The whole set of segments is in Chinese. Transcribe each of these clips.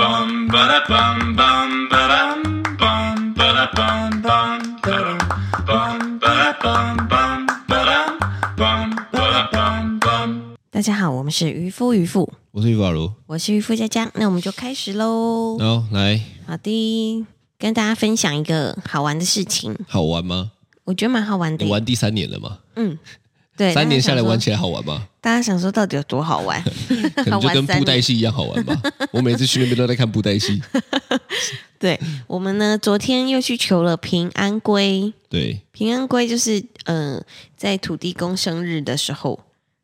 bum ba da bum bum ba dum bum ba da bum bum ba dum bum ba da bum bum ba dum bum ba da bum bum. 大家好，我们是渔夫渔妇，我是于法如，我是渔夫佳佳，那我们就开始喽。然后哦来好的，跟大家分享一个好玩的事情，好玩吗？我觉得蛮好玩的你。玩第三年了吗？嗯，对，三年下来玩来，起来好玩吗？大家想说到底有多好 玩？可能就玩跟三布袋年戏一样好玩 吧。我每次去那边都在看布袋戏。对我们呢，昨天又去求了平安龟。对，平安龟就是，呃，在土地公生日的时候，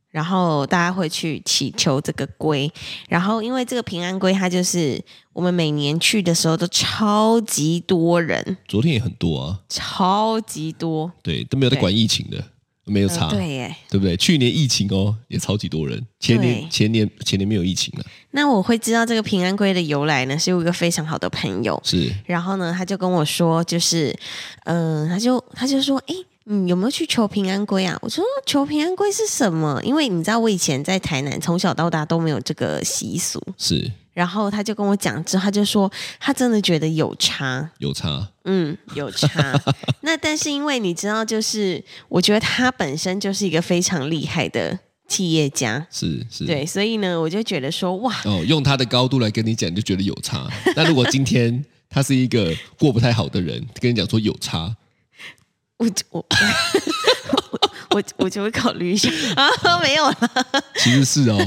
然后大家会去祈求这个龟。然后因为这个平安龟，它就是我们每年去的时候都超级多人，昨天也很多啊，超级多。对，都没有在管疫情的，没有差，呃对耶，对不对？去年疫情哦，也超级多人，前对年前年前年没有疫情了，啊那我会知道这个平安龟的由来呢，是有一个非常好的朋友，是然后呢，他就跟我说，就是，嗯、他就他就说，诶，你有没有去求平安龟啊？我说求平安龟是什么？因为你知道我以前在台南，从小到大都没有这个习俗。是然后他就跟我讲之后，他就说他真的觉得有差，有差，嗯，有差。那但是因为你知道，就是我觉得他本身就是一个非常厉害的企业家，是是，对，所以呢，我就觉得说，哇，哦，用他的高度来跟你讲，你就觉得有差。那如果今天他是一个过不太好的人，跟你讲说有差，我我我我就会考虑一下啊，没有啦，其实是 哦，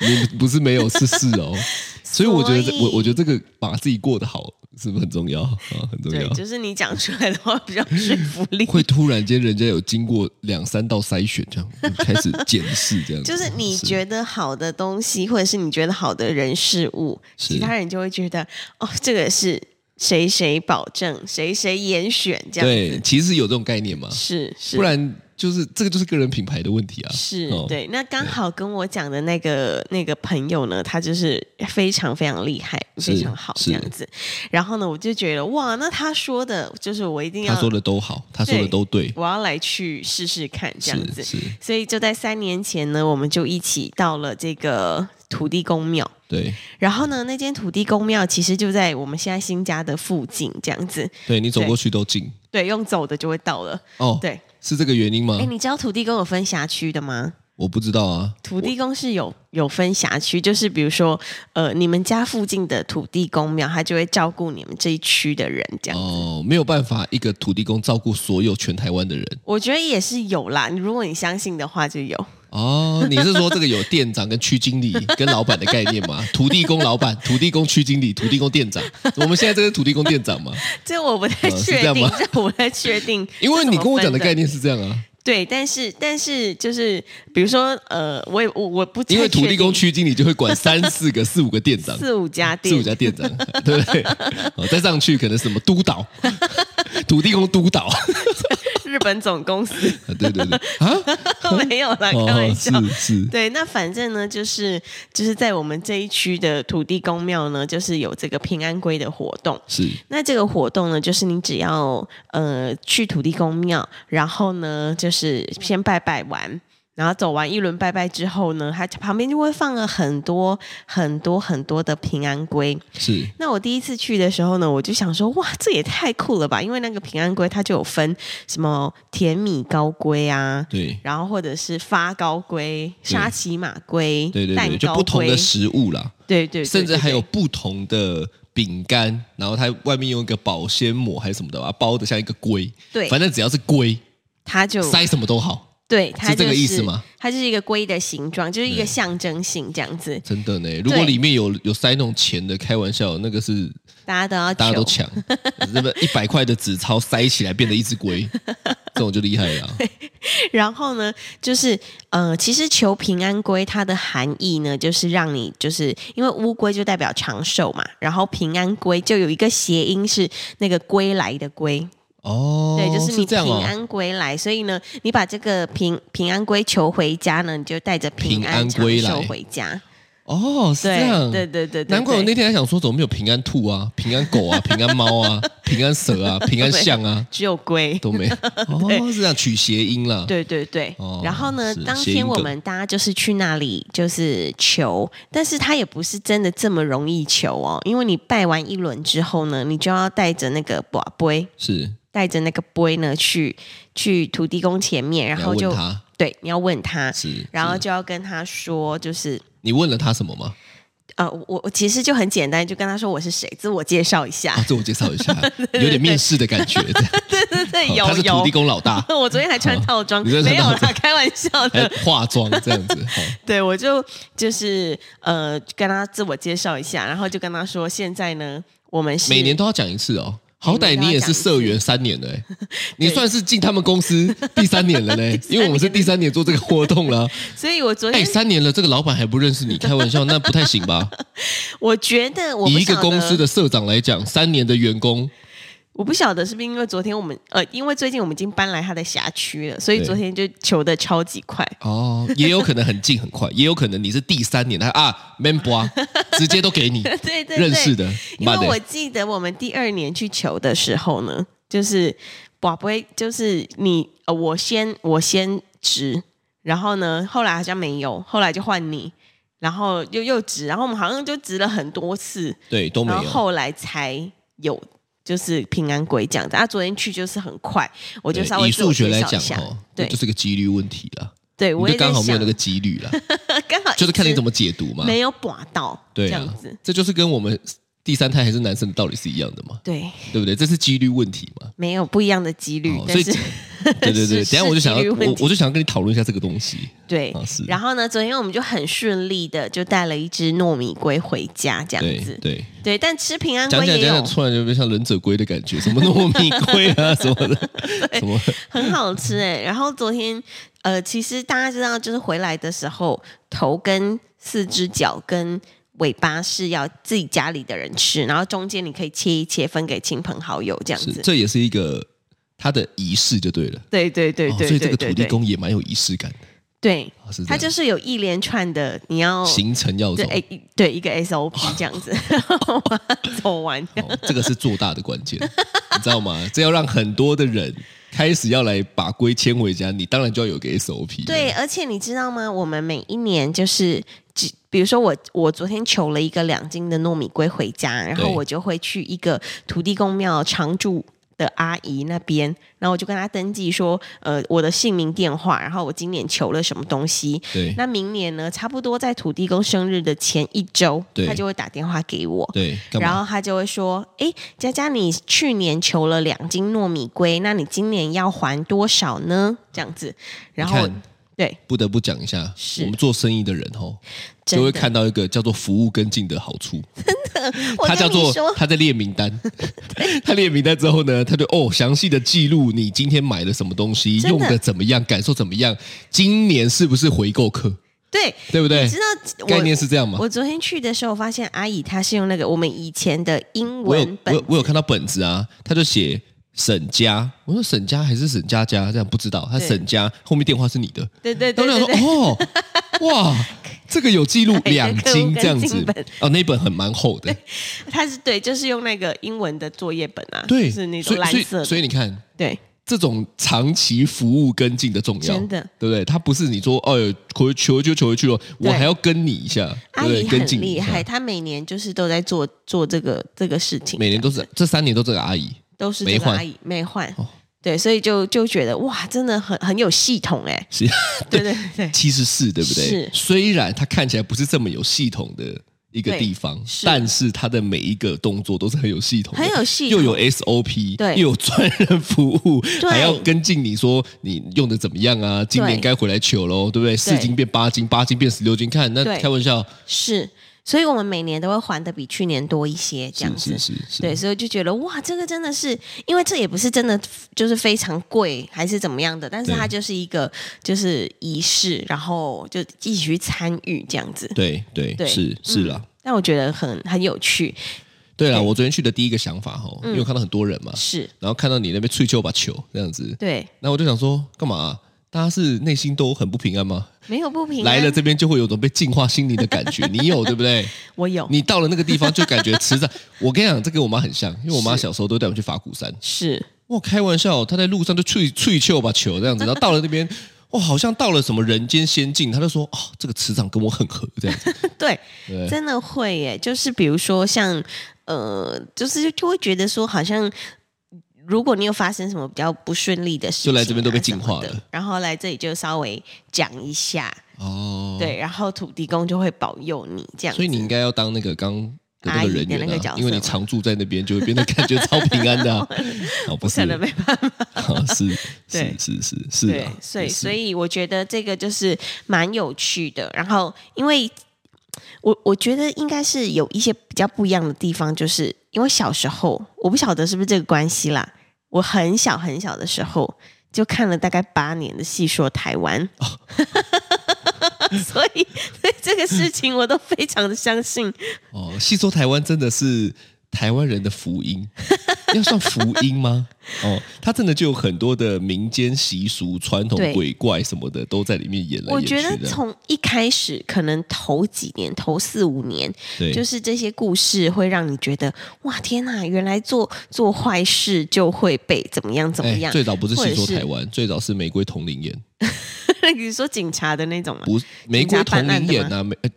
你不是没有，是是哦。所以我觉得这，所以我我觉得这个把自己过得好是不是很重要 啊？很重对要，。就是你讲出来的话比较有说服力，会突然间人家有经过两三道筛选，这样开始检视这样 子。就是你觉得好的东西，或者是你觉得好的人事物，是其他人就会觉得哦，这个是谁谁保证，谁谁严选这样对，子，其实有这种概念嘛，是是，不然就是这个就是个人品牌的问题啊。是、哦对。那刚好跟我讲的那个那个朋友呢，他就是非常非常厉害，是非常好是这样子。然后呢，我就觉得哇，那他说的就是我一定要他，说的都好，他说的都对，我要来去试试看这样子是。是，所以就在三年前呢，我们就一起到了这个土地公庙。对然后呢，那间土地公庙其实就在我们现在新家的附近，这样子。对，你走过去都近对，用走的就会到了。哦。对，是这个原因吗哎，？你知道土地公有分辖区的吗？我不知道啊。土地公是有有分辖区，就是比如说，呃，你们家附近的土地公庙，他就会照顾你们这一区的人，这样。哦，没有办法，一个土地公照顾所有全台湾的人。我觉得也是有啦，如果你相信的话就 有。哦，你是说这个有店长跟区经理跟老板的概念 吗？土地公老板、土地公区经理、土地公店长，我们现在这个土地公店 长嘛，这我不太哦是确这样定，吗。这我不太确定 因为你跟我讲的概念。念是这样啊，对，但是但是就是比如说呃，我也我我不因为太确土地公定区经理就会管三四个、四五个店长。四五家店，四五家店长， 对不对？哦，再上去可能什么督导， 土地公督导， 日本总公司对对对啊，没有啦，开哦玩，笑。是是，对，那反正呢，就是就是在我们这一区的土地公庙呢，就是有这个平安龟的活动。是那这个活动呢，就是你只要呃去土地公庙，然后呢，就是先拜拜完，然后走完一轮拜拜之后呢，它旁边就会放了很多很多很多的平安龟。是那我第一次去的时候呢，我就想说，哇，这也太酷了吧！因为那个平安龟它就有分什么甜米高龟啊，对然后或者是发高龟、沙琪玛龟、嗯对对蛋对，就糕不同的龟食物啦。对对对，甚至对还有不同的饼干，然后它外面用一个保鲜膜还是什么的，把它包的像一个龟。对反正只要是龟，它就塞什么都好。对，它、就是这个意思吗？它就是一个龟的形状，就是一个象征性这样子，真的呢，如果里面有有塞那种钱的，开玩笑，那个是大家都要大家都求 抢，那么一百块的纸钞塞起来变得一只 龟，这种就厉害了啊、然后呢，就是呃，其实求平安龟它的含义呢，就是让你就是因为乌龟就代表长寿嘛，然后平安龟就有一个谐音是那个归来的归，哦，对，就是是你这样平哦。安归来，所以呢，你把这个平平安龟求回家呢，你就带着平安安长归来寿回家。哦，是这对样，对对对对，难怪我对那天还想说，怎么没有平安兔啊、平安 狗啊、平安猫啊、平安蛇啊、平安象啊，只有龟。都没有。 哦，是这样取谐音啦。，对对对，哦然后呢是，当谐音天我梗们大家就是去那里就是求，但是它也不是真的这么容易求哦，因为你拜完一轮之后呢，你就要带着那个宝杯，是带着那个杯呢去去土地公前面，然你要后问就他对你要问他，是，然后是就要跟他说，就是你问了他什么吗？呃，我我其实就很简单，就跟他说我是谁，自我介绍一 下啊，，自我介绍 一下，有点面试的感觉。这样对对对，好有他是土有地。公老 大，我昨天还穿套装，你昨天没穿有套啦装，哎开玩笑还的。化妆这样子。好对，我就就是呃，跟他自我介绍一下，然后就跟他说，现在呢，我们是每年都要讲一次哦。好歹你也是社员三年 了、欸，你算是进他们公司第三年了嘞、因为我们是第三年做这个活动了。所以 我昨哎、天、三年了，这个老板还不认识你，开玩笑，那不太行吧？我觉得 我不以一个晓得公司，的社长来讲，三年的员工，我不晓得是不是因为昨天我们呃，因为最近我们已经搬来他的辖区了，所以对昨天就求的超级快。 哦，也有可能很近很快，也有可能你是第三年，他啊 m a n b o 直接都给 你对对对，认识的，因妈的为我记得我们第二年去求的时候呢，就是宝贝，就是你呃，我先我先值，然后呢，后来好像没有，后来就换你，然后又又值，然后我们好像就值了很多次，对都没然后有，后来才有。就是平安鬼这样子，啊，昨天去就是很快，我就对稍微以自我数学介来绍一讲下哦，那对就是个几率问题啦，对，你我也就在刚好没有想那个几率啦，刚好就是 看你怎么么解读嘛，没有把到，对这啊样子，，这就是跟我们第三胎还是男生的道理是一样的嘛，对，对不对？这是几率问题嘛，没有不一样的几率，哦嗯所但以是 对对对，是等一下我就想是几率要问我题我就想要跟你讨论一下这个东西，对啊是，然后呢，昨天我们就很顺利的就带了一只糯米龟回家，这对样子。对。对，但吃平安讲龟讲也讲 讲，有突然就变像忍者龟的感觉，什么糯米龟 啊，什么的，什么很好吃哎、然后昨天呃，其实大家知道，就是回来的时候，头跟四只脚跟尾巴是要自己家里的人吃，然后中间你可以切一切分给亲朋好友这样是子。这也是一个他的仪式就对了。对对对哦，对所以这对个对土地对，公也蛮有仪式感的，对，啊是这它样就是有一连串的，你要行程要对走，哎一对一个 SOP 这样子， 然后把它走完这样哦这个是做大的关键，你知道吗？这要让很多的人开始要来把龟牵回家，你当然就要有个 SOP。对，，而且你知道吗？我们每一年就是只，比如说我我昨天求了一个两斤的糯米龟回家，然后对我就会去一个土地公庙常住。的阿姨那边，然后我就跟她登记说，呃，我的姓名、电话，然后我今年求了什么东西。对那明年呢，差不多在土地公生日的前一周，对她就会打电话给我。对，干然嘛？后他就会说：“诶，佳佳，你去年求了两斤糯米龟，那你今年要还多少呢？”这样子，然后你看对，不得不讲一下，是我们做生意的人哦，真就会的看到一个叫做服务跟进的好处。 我他跟叫你做说，他在列名 单，他列名单之后呢，他就哦详细的记录你今天买了什么东西，真的用的怎么样，感受怎么样，今年是不是回购客，对，对不对你？知道概念我是这样吗？我昨天去的时候，发现阿姨她是用那个我们以前的英我有文我本有我有看到本子啊，他就写沈家，我说沈家还是沈佳佳，这样不知道，他对沈家后面电话是你的，对对对然后对我想对，说哦，哇， 这个有记录对两斤这样客户子跟进本哦，那本很蛮厚的，她是对，就是用那个英文的作业本啊，哦对，是那所种以蓝所以色的，所以你看。对这种长期服务跟进的重要，真的，对不对？他不是你说，哦，求求就求回去了，我对还要跟你一下，对阿不对？姨跟很进你一厉下害，，她每年就是都在做做这个这个事情，啊每年都是这三年都这个阿姨，都是没这个换阿姨没换哦，对，所以就就觉得哇，真的很很有系统哎，是啊 对对对，其实是对不对？是虽然他看起来不是这么有系统的一个对地方，是但是他的每一个动作都是很有系统的，很有系又统，有 SOP，对又有专人服务，对还要跟进你说你用的怎么样啊？今年对该回来求喽，对不对？四斤变八斤，八斤变十六斤，看那对开玩笑，是，所以我们每年都会还的比去年多一些，这样子是。是是，对，所以就觉得哇，这个真的是，因为这也不是真的就是非常贵还是怎么样的，但是对它就是一个就是仪式，然后就一起去参与这样子。对对对嗯是是啦。但我觉得很很有趣，对啦，对嗯我昨天去的第一个想法哈，因为我看到很多人嘛，是然后看到你那边翠秋把球这样子，对那我就想说干嘛啊、大家是内心都很不平安吗？没有不平安来了，这边就会有种被净化心灵的感觉，你有对 不对？哦我有你到了那个地方就感觉迟早。我跟你讲，这跟我妈很像，因为我妈小时候都带我去法鼓山。是 哇，开玩笑，她在路上就脆脆球把球这样子，然后到了那 边，哇，好像到了什么人间仙境，她就说哦，这个磁场跟我很合，这样 子。对，对真的会耶，就是比如说像呃，就是就会觉得说好像。如果你有发生什么比较不顺利的事情啊，就来这边都被什么净化的了，然后来这里就稍微讲一下，哦，，对，然后土地公就会保佑你这样子。所以你应该要当那个刚的那个人阿姨的那个员角色啊，吗因为你常住在那边，就会变得感觉超平 安的、啊。哦，不不是可，能没办法。哦是对是是是是对啊，，所以也是所以我觉得这个就是蛮有趣的。然后，因为我我觉得应该是有一些比较不一样的地方，就是因为小时候我不晓得是不是这个关系啦，我很小很小的时候就看了大概八年的《戏说台湾》哦 所以对这个事情我都非常的相信。哦，戏说台湾真的是台湾人的福音， 要算福音吗？哦，它真的就有很多的民间习俗、传统对鬼怪什么的都在里面演来我演去觉得的。从一开始，可能头几年、头四五年，对，就是这些故事会让你觉得，哇，天哪！原来做做坏事就会被怎么样怎么哎样。最早不是戏或说者是台湾，最早是玫瑰同龄演， 比如说警察的那种嘛。不是玫瑰同龄警察演办啊，玫、呃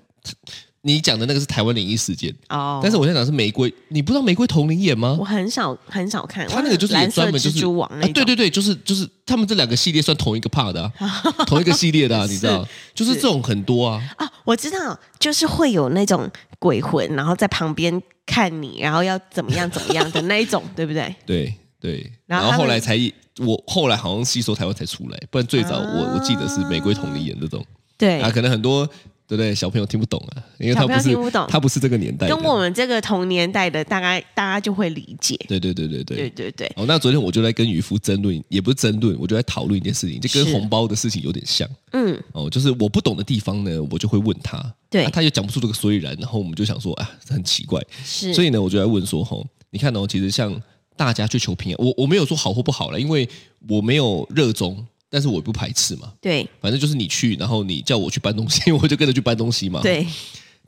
你讲的那个是台湾灵异事件，哦，但是我在讲是玫瑰，你不知道玫瑰同龄演吗我？很少很少看。他那个就是也蓝专色门就是蜘蛛网那啊种。对对对，就是就是他们这两个系列算同一个 part 的、啊，同一个系列 的、啊，你知道，就是这种很多啊，啊，我知道，就是会有那种鬼魂，然后在旁边看你，然后要怎么样怎么样的那一种，对不 对？对对，然然后后他后们来才我后来好像吸收台湾才出来，不然最早我、我记得是玫瑰同龄演这种啊对，啊，可能很多对不对小朋友听不懂啊，因为小朋他不友是听不懂他不是这个年代的，跟我们这个同年代的，大概大家就会理解。对对对对对。对对对，哦，那昨天我就在跟渔夫争论，也不是争论，我就在讨论一件事情，就跟是红包的事情有点像嗯，哦。就是我不懂的地方呢，我就会问他，对啊他也讲不出这个所以然，然后我们就想说啊，很奇怪，是，所以呢，我就来问说，吼，你看哦，其实像大家去求平安，我我没有说好或不好了，因为我没有热衷，但是我也不排斥嘛。对反正就是你去，然后你叫我去搬东西，我就跟着去搬东西嘛。，对，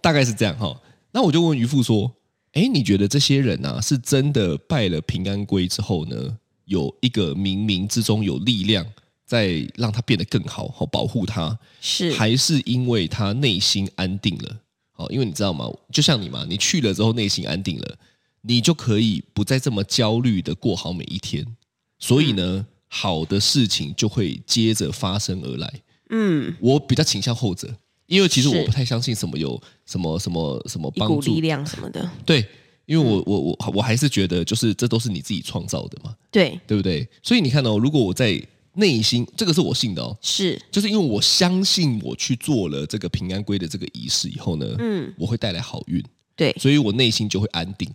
大概是这样哈、那我就问渔夫说，哎，你觉得这些人啊，是真的拜了平安龟之后呢，有一个冥冥之中有力量在让他变得更好，好保护他，是，还是因为他内心安定了？哦，因为你知道吗？就像你嘛，你去了之后内心安定了，你就可以不再这么焦虑的过好每一天。所以呢，嗯好的事情就会接着发生而来。嗯。我比较倾向后者，因为其实是我不太相信什么有什么什么什么一帮股助力。量嗯什么的。对，因为我我我我还是觉得，就是这都是你自己创造的嘛，对，对不对？所以你看哦，如果我在内心，这个是我信的哦，是，就是因为我相信我去做了这个平安龟的这个仪式以后呢，嗯，我会带来好运，对，所以我内心就会安定。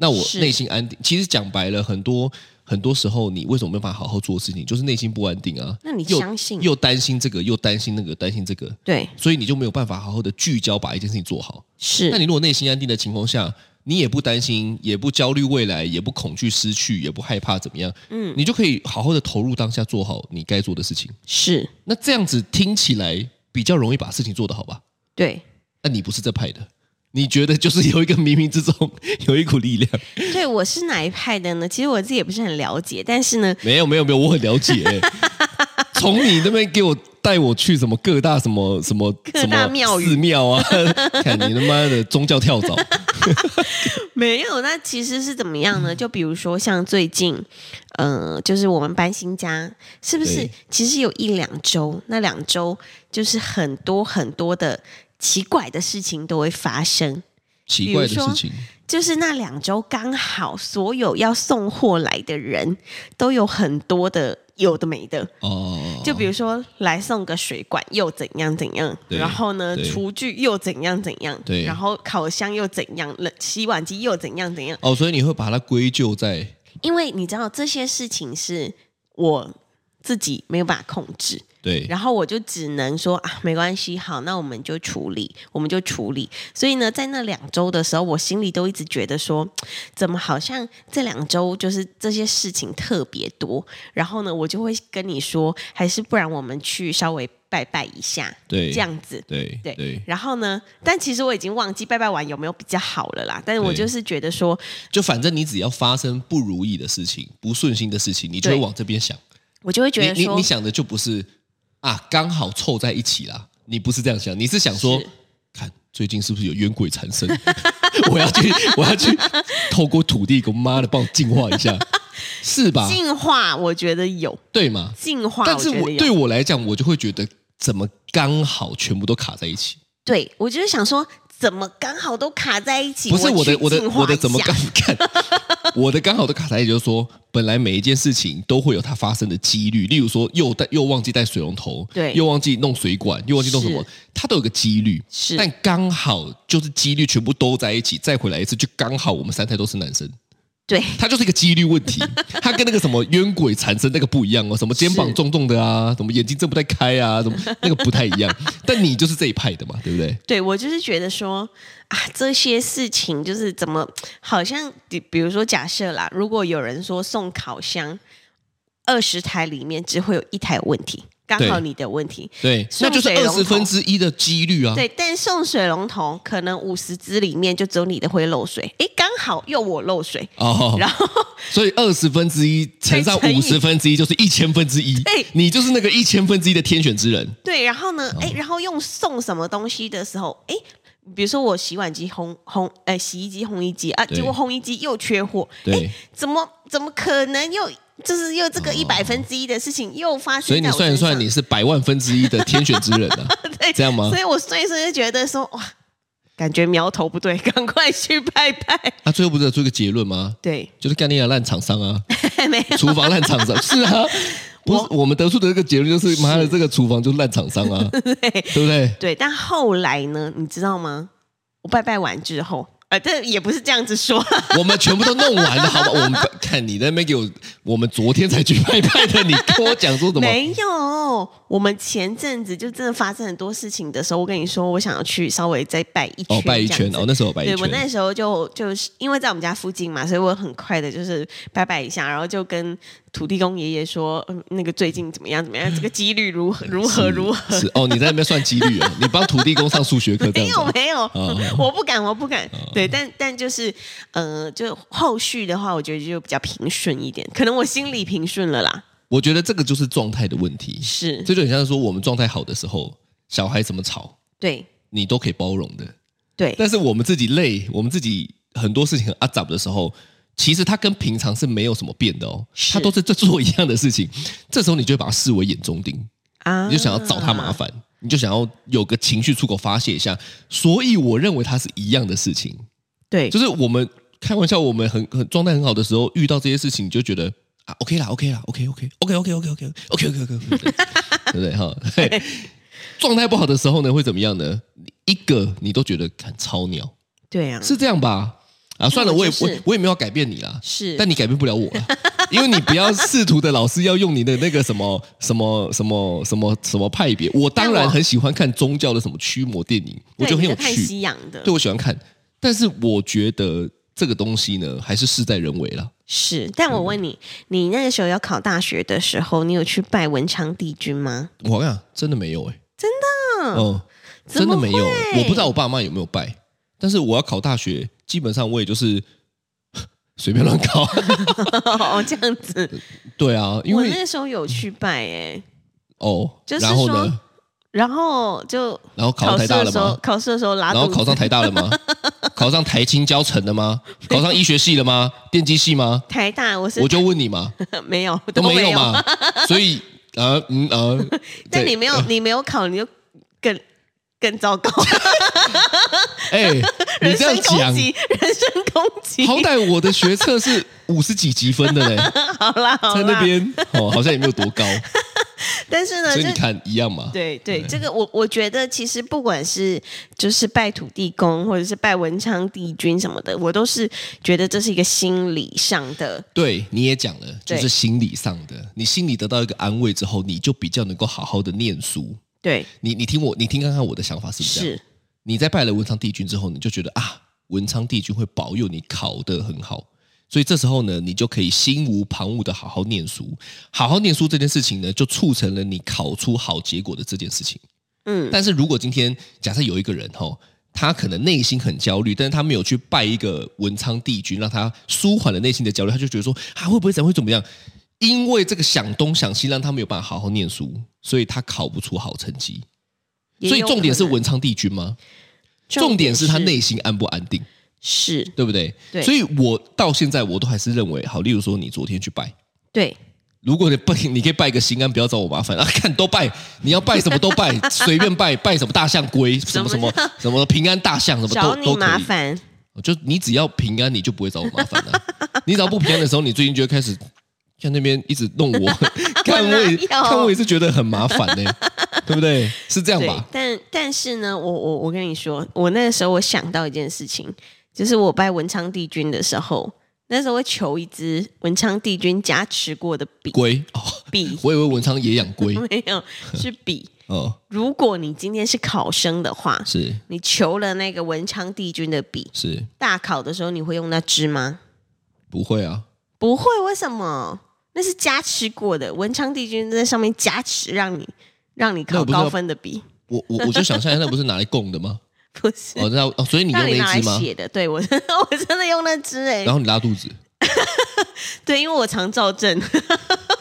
那我是内心安定，其实讲白了，很多很多时候你为什么没办法好好做事情，就是内心不安定啊。那你又相信又担心这个，又担心那个，担心这个，对，所以你就没有办法好好的聚焦把一件事情做好。是那，你如果内心安定的情况下，你也不担心，也不焦虑未来，也不恐惧失去，也不害怕怎么样，嗯，你就可以好好的投入当下，做好你该做的事情。是，那这样子听起来比较容易把事情做得好吧？ 对，那你不是这派的，你觉得就是有一个冥冥之中有一股力 量？对，我是哪一派的呢？其实我自己也不是很了解，但是呢，没有没有没有，我很了 解、欸从你那边给我带我去什么各大什么什么各什大么庙宇寺庙啊， 看你他妈的宗教跳蚤，没有，那其实是怎么样呢？就比如说像最近，呃，就是我们搬新家，是不是对？其实有一两周，那两周就是很多很多的奇怪的事情都会发生。奇怪的比如事说情。就是那两周刚好所有要送货来的人都有很多的有的没的，哦，就比如说来送个水管又怎样怎样，对然后呢对厨具又怎样怎样，对然后烤箱又怎样，冷洗碗机又怎样怎样。哦，所以你会把它归咎在因为你知道这些事情是我自己没有办法控制，对，然后我就只能说啊，没关系，好，那我们就处理，我们就处理。所以呢，在那两周的时候，我心里都一直觉得说，怎么好像这两周就是这些事情特别多。然后呢，我就会跟你说，还是不然我们去稍微拜拜一下，对，这，样子。对，对对，然后呢？但其实我已经忘记拜拜完有没有比较好了啦。但是我对就是觉得说，就反正你只要发生不如意的事情、不顺心的事情，你就会对往这边想。我就会觉你得你说，你想的就不是啊，刚好凑在一起啦。你不是这样想，你是想说是，看最近是不是有冤鬼缠身？ 我要去，我要去，透过土地公，妈的，帮我净 化一下，是吧？进化，我觉得有对吗？进化，啊但是我觉我得有对我来讲，我就会觉得怎么刚好全部都卡在一起？对，我就是想说，怎么刚好都卡在一起？不是我的，去我的，进化我的一怎么下刚看？ 我的刚好都卡在一起，就是说，本来每一件事情都会有它发生的几率，例如说又带又忘记带水龙头，对又忘记弄水管，又忘记弄什么是，它都有个几率。是但刚好就是几率全部都在一起，再回来一次，就刚好我们三胎都是男生， 对它就是一个几率问 题。它跟那个什么冤鬼缠身那个不一样哦，什么肩膀是重重的啊，什么眼睛睁不太开啊，什么那个不太一 样。但你就是这一派的嘛，对不对？对，我就是觉得说啊，这些事情就是怎么好像，比比如说假设啦，如果有人说送烤箱，二十台里面只会有一台有问题，刚好对你的问题。对，送那就是水二龙十分头之一的几率啊。对，但送水龙头可能五十只里面就只有你的会漏水，诶，刚好又我漏水，哦，然后所以二十分之一乘上乘以五十分之一就是一千分之一对，你就是那个一千分之一的天选之人。对，然后嗯呢，哎、然后用送什么东西的时候，哎，比如说我洗碗机烘烘，哎，洗衣机烘衣机啊，对结果烘衣机又缺货，对哎，怎么怎么可能又就是又这个一百分之一的事情又发生哦所以你在我算一身算，上你是百万分之一的天选之人啊！ 对这样吗所以我所以说就觉得说哇，感觉苗头不对， 赶快去拜拜。啊，最后不是有做一个结论吗？对，就是干你啊，烂厂商啊， 没有厨房烂厂 商是啊，不是我们得出的这个结论就是，妈的，这个厨房就是烂厂商啊，对不对？ 对，但后来呢，你知道吗？我拜拜完之后，呃，这也不是这样子说，我们全部都弄完了，好吧？我们看你在那边给我，我们昨天才去拜拜的，你跟我讲说什么？没有，我们前阵子就真的发生很多事情的时候，我跟你说，我想要去稍微再拜一圈，哦，拜一这圈样子哦，那时候有拜一对我圈，那时候就就是因为在我们家附近嘛，所以我很快的就是拜拜一下，然后就跟土地公爷爷说，嗯，那个最近怎么样怎么样，这个几率如何如何是如何。是哦，你在那边算几率哦，你帮土地公上数学课 这没样子 有哦。没有哦，我不敢，我不敢。对，但但就是，呃，就后续的话，我觉得就比较平顺一点，可能我心里平顺了啦。我觉得这个就是状态的问题，是，这就很像是说我们状态好的时候，小孩怎么吵对你都可以包容的，对，但是我们自己累，我们自己很多事情很阿杂的时候。其实它跟平常是没有什么变的哦，是它都是在做一样的事情。这时候你就会把它视为眼中钉，啊，你就想要找他麻烦，你就想要有个情绪出口发泄一下。所以我认为它是一样的事情。对，就是我们开玩笑，我们很很状态很好的时候，遇到这些事情，你就觉得啊，OK 啦，OK 啦，OK OK OK OK OK OK OK OK OK，对 不对哈？ 嘿状态不好的时候呢，会怎么样呢？一个你都觉得看超鸟，对啊，是这样吧？啊，算了，我也就是我我也没有改变你啦，是，但你改变不了我啦。因为你不要试图的老是要用你的那个什么什么什么什么什么派别，我当但然我很喜欢看宗教的什么驱魔电影，我觉对得很你有就看趣。西洋的，对我喜欢看，但是我觉得这个东西呢，还是事在人为啦。是。但嗯我问你，你那个时候要考大学的时候，你有去拜文昌帝君吗？ 我跟你讲，真的没有哎、真的，嗯，怎真么的没有欸、会我不知道我爸妈有没有拜，但是我要考大学，基本上我也就是 随便乱考。 哦，这样子，对啊，因我为那时候有去拜哎、哦，就是然后呢说，然后就然后考考上台试大的了时候，吗？考试的时候拉然后肚考子，上台大了吗？考上台青教城了吗？考上医学系了吗？电机系吗？台大我是我就问你嘛， 没有都没没有嘛，所以啊嗯啊， 但对你没 有你没有考，你就更更糟糕， 哎，你人这样身攻讲，击，人身攻击， 好歹我的 学测是五十几积分的嘞，好啦好在啦， 那边哦，好像也没有多高。但是呢，所以这你看一样嘛，对对，这个我我觉得其实不管是就是拜土地公或者是拜文昌帝君什么的，我都是觉得这是一个心理上的对，你也讲了，就对是心理上的，你心里得到一个安慰之后，你就比较能够好好的念书。对你你听我，你听看看我的想法是不是这样？是你在拜了文昌帝君之后，你就觉得啊，文昌帝君会保佑你考得很好，所以这时候呢，你就可以心无旁骛的好好念书。好好念书这件事情呢，就促成了你考出好结果的这件事情。嗯但是如果今天假设有一个人哦，他可能内心很焦虑，但是他没有去拜一个文昌帝君，让他舒缓了内心的焦虑，他就觉得说啊，会不会怎么会怎么样？因为这个想东想西，让他没有办法好好念书，所以他考不出好成绩。也所以有重点可是能文昌帝君吗？重点是他内心安不安定，是对不对？对所以我到现在我都还是认为，好，例如说你昨天去拜，对如果你拜，你可以拜个心安，不要找我麻烦啊！ 看都拜，你要拜什么都拜， 随便拜，拜什么大象龟，什么 什么什么平安大象，什么找都你都可麻以。哦烦就你只要平安，你就不会找我麻烦了、 你只要不平安的时候，你最近就会开始看那边一直弄 我，看我也我哪有看我也是觉得很麻烦呢、 对不对？是这样对吧？，但但是呢，我我我跟你说，我那个时候我想到一件事情，就是我拜文昌帝君的时候，那时候我求一支文昌帝君加持过的笔龟 哦，笔，我以为文昌也养龟 没有是笔。哦，如果你今天是考生的话，是你求了那个文昌帝君的笔，是，大考的时候你会用那支吗？不会啊，不会，为什么？那是加持过的，文昌帝君在上面加持，让你让你那考我不知道高分的笔，我我我就想象一下那不是拿来供 的吗？不是。哦，那哦，所以你用让那你拿来一只吗？写的，对我 我真的用那支哎、然后你拉肚子，对，因为我肠燥症，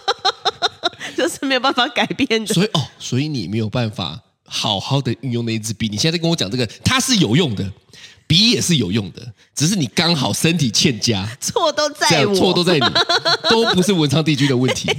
就是没有办法改变 的。所以哦，所以你没有办法好好的运用那一支笔。你现在在跟我讲这个，它是有用的，笔也是有用的，只是你刚好身体欠佳，错都这 在样我，错都在你，都不是文昌帝君的问题。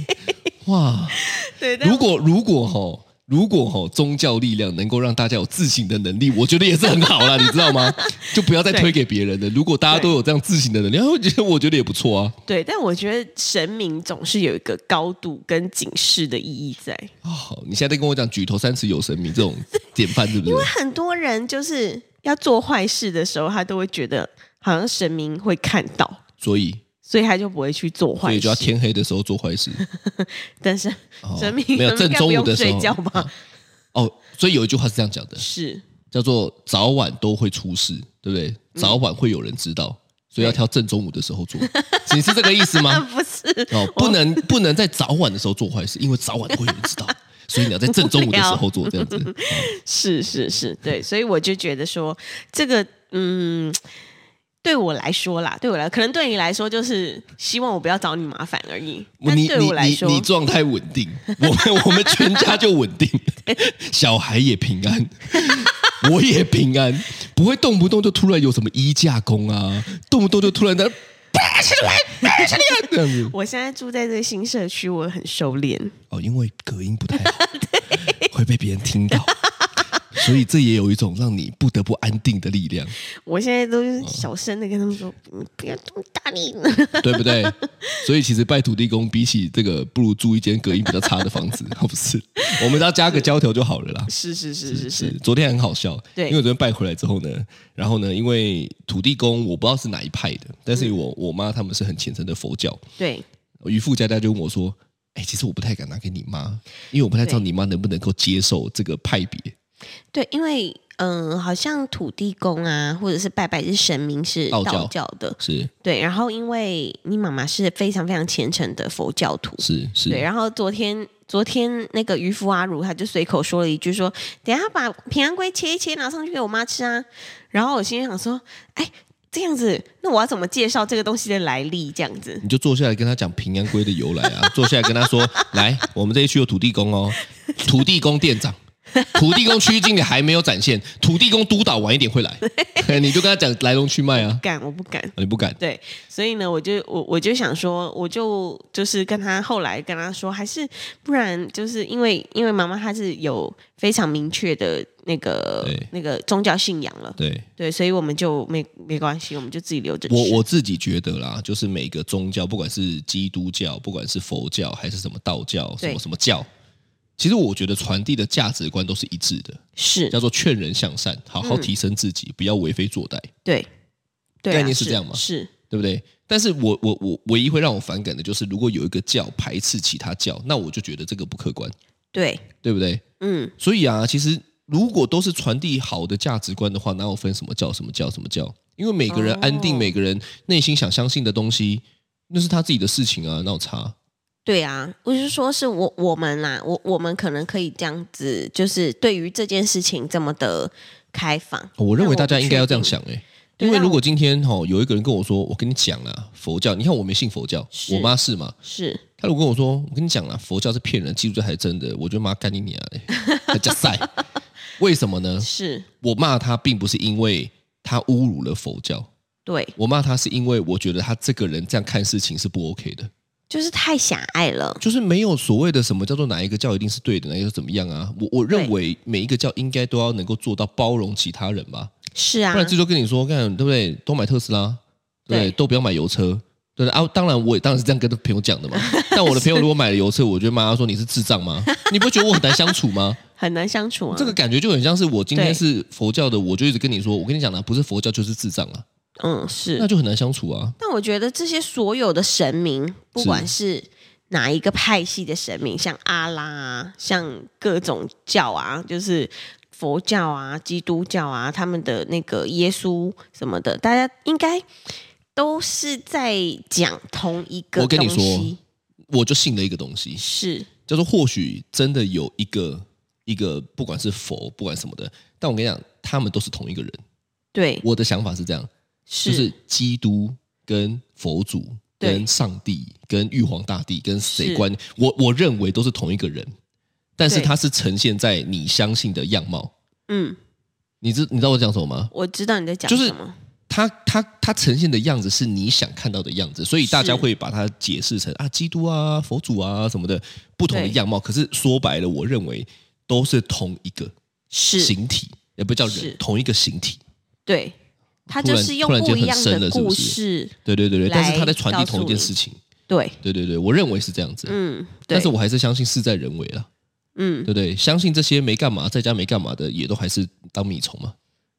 哇， 对。但如果如果哈、如果哈、宗教力量能够让大家有自省的能力，我觉得也是很好啦，你知道 吗？就不要再推给别人了。如果大家都有这样自省的能力，我觉得我觉得也不错啊。对，但我觉得神明总是有一个高度跟警示的意义在。哦，你现在在跟我讲举头三尺有神明这种典范，是不是？很多人就是要做坏事的时候，他都会觉得好像神明会看到，所以，所以他就不会去做所坏以事。就要天黑的时候做坏事。但是哦神明、没有神正明中午应该的不时用候睡觉吧？哦，所以有一句话是这样讲的，是叫做“早晚都会出事”，对不嗯对？早晚会有人知道，所以要挑正中午的时候 做。你是这个意思啊， 吗？不是哦，不能不能在早晚的时候做坏事，因为早晚会有人知道，所以你要在正中午的时 候做这样子。是是是，对，所以我就觉得说，这个嗯，对我来说啦，对我来，可能对你来说就是希望我不要找你麻烦而已。但你对你我来你说，你状态稳定，我们我们全家就稳 定，小孩也平安， 我也平安，不会动不动就突然有什么衣架工啊，动不动就突然的。啪起来，啪 起来这样子我现在住在这个新社区，我很收敛。哦，因为隔音不太好， 会被别人听到， 所以这也有一种让你不得不安定的力量，我现在都是小声的跟他们说，哦嗯不要这么大力。对不对？所以其实拜土地公比起这个，不如租一间隔音比较差的房子，哦不是？我们只要加个胶条就好了啦。是是是是是是，，昨天很好笑，对因为我昨天拜回来之后呢，然后呢，因为土地公我不知道是哪一派的，但嗯是我、我妈他们是很虔诚的佛教，对渔夫家家就问我说：“哎、其实我不太敢拿给你妈，因为我不太知道对你妈能不能够接受这个派别。对，因为嗯、呃好像土地公啊，或者是拜拜是神明是道道教教的，是”对。然后因为你妈妈是非常非常虔诚的佛教徒，是是对，然后昨天昨天那个渔夫阿如他就随口说了一句说，等一下把平安龟切一切拿上去给我妈吃啊。然后我心里想说，哎，这样子，那我要怎么介绍这个东西的来历？这样子，你就坐下来跟他讲平安龟的由来啊，坐下来跟他说，来，我们这一区有土地公哦，土地公店长。土地公区经理还没有展现，土地公督导晚一点会来， 你就跟他讲来龙去脉啊，敢我不敢。你不敢，对，所以呢，我就我我就想说，我就就是跟他后来跟他说，还是不然就是因为因为妈妈她是有非常明确的那个对那个宗教信仰了，对对，所以我们就没没关系，我们就自己留着吃。我我自己觉得啦，就是每个宗教，不管是基督教，不管是佛教，还是什么道教，什对么什么教，其实我觉得传递的价值观都是一致的，是叫做劝人向善，好好提升自己，不要为非作歹，对，对啊，概念是这样吗是对不对？但是我我我唯一会让我反感的就是，如果有一个教排斥其他教，那我就觉得这个不客观，对，对不对？嗯，所以啊，其实如果都是传递好的价值观的话，哪有分什么教什么教什么教？因为每个人哦安定，每个人内心想相信的东西，那是他自己的事情啊，哪有差？对啊，我是说是我我们啦，我我们可能可以这样子，就是对于这件事情这么的开放。我认为但大不家应该要这样确定，想、欸，对因为但如我果今天哦、有一个人跟我说，我跟你讲啦，佛教，你看我没信佛教，是我妈是嘛，是他如果跟我说，我跟你讲啦，佛教是骗人，基督教才是真的，我就妈干你娘嘞，还加 塞，为什么呢？是，我骂他并不是因为他侮辱了佛教，对，我骂他是因为我觉得他这个人这样看事情是不 OK 的，就是太狭隘了。就是没有所谓的什么叫做哪一个教一定是对的，哪一个是怎么样啊？我我认对为每一个教应该都要能够做到包容其他人吧，是啊不，然这就跟你说，看对不对？都买特斯拉，对不对？对都不要买油车，对不对啊？当然，我也当然是这样跟朋友讲的 嘛。但我的朋友如果买了油车，我就骂他说你是智障吗？你不觉得我很难相处 吗？很难相处啊。这个感觉就很像是我今天对是佛教的，我就一直跟你说，我跟你讲啦，不是佛教就是智障啊，嗯是那，就很难相处啊。但我觉得这些所有的神明，不管是哪一个派系的神明，像阿拉啊，像各种教啊，就是佛教啊、基督教啊，他们的那个耶稣什么的，大家应该都是在讲同一个我跟你东说西，我就信了一个东西，是叫做或许真的有一个一个，不管是佛，不管什么的，但我跟你讲，他们都是同一个人。对，我的想法是这样，是、就是基督跟佛祖、对跟上帝、跟玉皇大帝、跟谁是关，我我认为都是同一个人，但是对它是呈现在你相信的样貌。嗯，你知你知道我讲什么吗？我知道你在讲就是什么，它它它呈现的样子是你想看到的样子，所以大家会把它解释成啊，基督啊、佛祖啊什么的不同的对样貌。可是说白了，我认为都是同一个是、形体，也不叫人是，同一个形体。对，他突就然是用突然间不一很样深的了是不故是事，对对对对，但是他在来传告诉递同一件你事情。对，对对对，我认为是这样子。嗯，对但是我还是相信事在人为了，嗯对。不对？相信这些没干嘛，在家没干嘛的，也都还是当米虫嘛。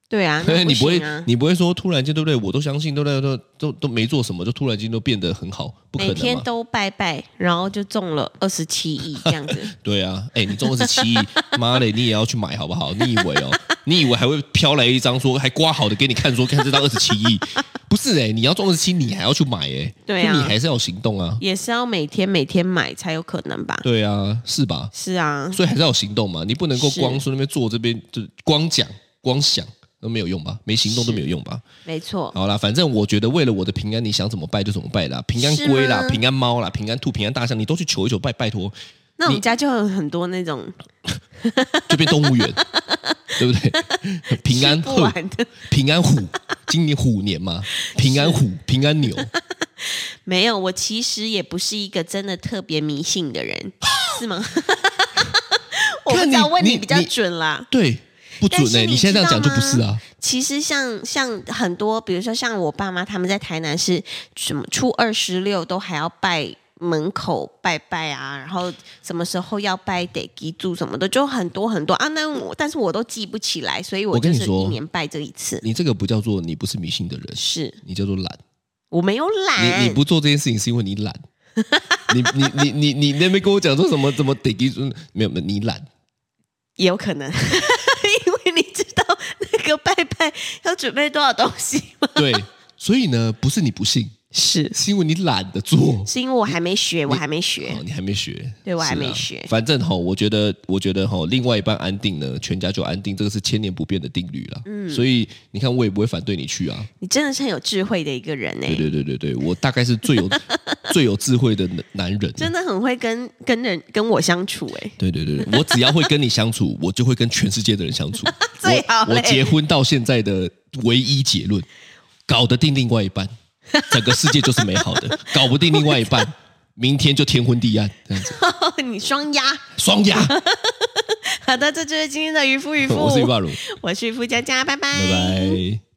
对 啊，对，那你不会行啊，你不会说突然间，对不对？我都相信，对不对？都都都没做什么，就突然间都变得很好，不可每能天嘛？都拜拜，然后就中了二十七 亿这样子。对啊，哎，你中二十七亿， 妈嘞，你也要去买好不好？你以为哦？你以为还会飘来一张说还刮好的给你看说看这张二十七亿？ 不是哎、你要中二十七，你还要去买哎、对啊就你还是要有行动啊，也是要每天每天买才有可能吧？对啊，是吧？是啊，所以还是要有行动嘛，你不能够是光说那边坐这边就光讲光想都没有用吧，没行动都是没有用吧。没错，好啦，反正我觉得为了我的平安，你想怎么拜就怎么拜啦，平安龟啦是、吗平安猫啦、平安兔、平安大象，你都去求一求拜，拜托，那我们家就有很多那种就变动物 园，对不对？平安吃不兔、完的， 平安虎，今年虎年嘛，平安虎、平 安牛，没有。我其实也不是一个真的特别迷信的人，是吗？ 我不看知你道问你你比较你准啦。对，不准但是哎、你你现在这样知讲道就不是啊吗。其实像像很多，比如说像我爸妈他们在台南是什么初二十六都还要拜门口拜拜啊，然后什么时候要拜得基柱什么的，就很多很多啊。那我但是我都记不起来，所以我跟就你是说一年拜这一次。你这个不叫做你不是迷信的人，是你叫做懒。我没有懒，你你不做这件事情是因为 你懒。你你你你你那边跟我讲说什么怎么得给嗯没有没有你懒，也有可能， 因为你知道那个拜拜要准备多少东西吗？ 对，所以呢不是你不信，是是因为你懒得做，是因为我还没学，我还没哦学，你还没学，对我还是啊没学反正哈、我觉得我觉得哈、另外一半安定呢，全家就安定，这个是千年不变的定律啦。嗯，所以你看我也不会反对你去啊，你真的是很有智慧的一个人呢、欸对对对对对，我大概是 最有最有智慧的男男人，真的很会跟跟人跟我相处哎、对对对，对我只要会跟你相处，我就会跟全世界的人相处。 最好我嘞我结婚到现在的唯一结论，搞得定另外一半，整个世界就是美好的；搞不定另外一半，明天就天昏地暗，这样子 你双压。双压。好的，这就是今天的渔夫渔夫， 我是于霸如，我是渔夫佳佳，拜拜，拜拜。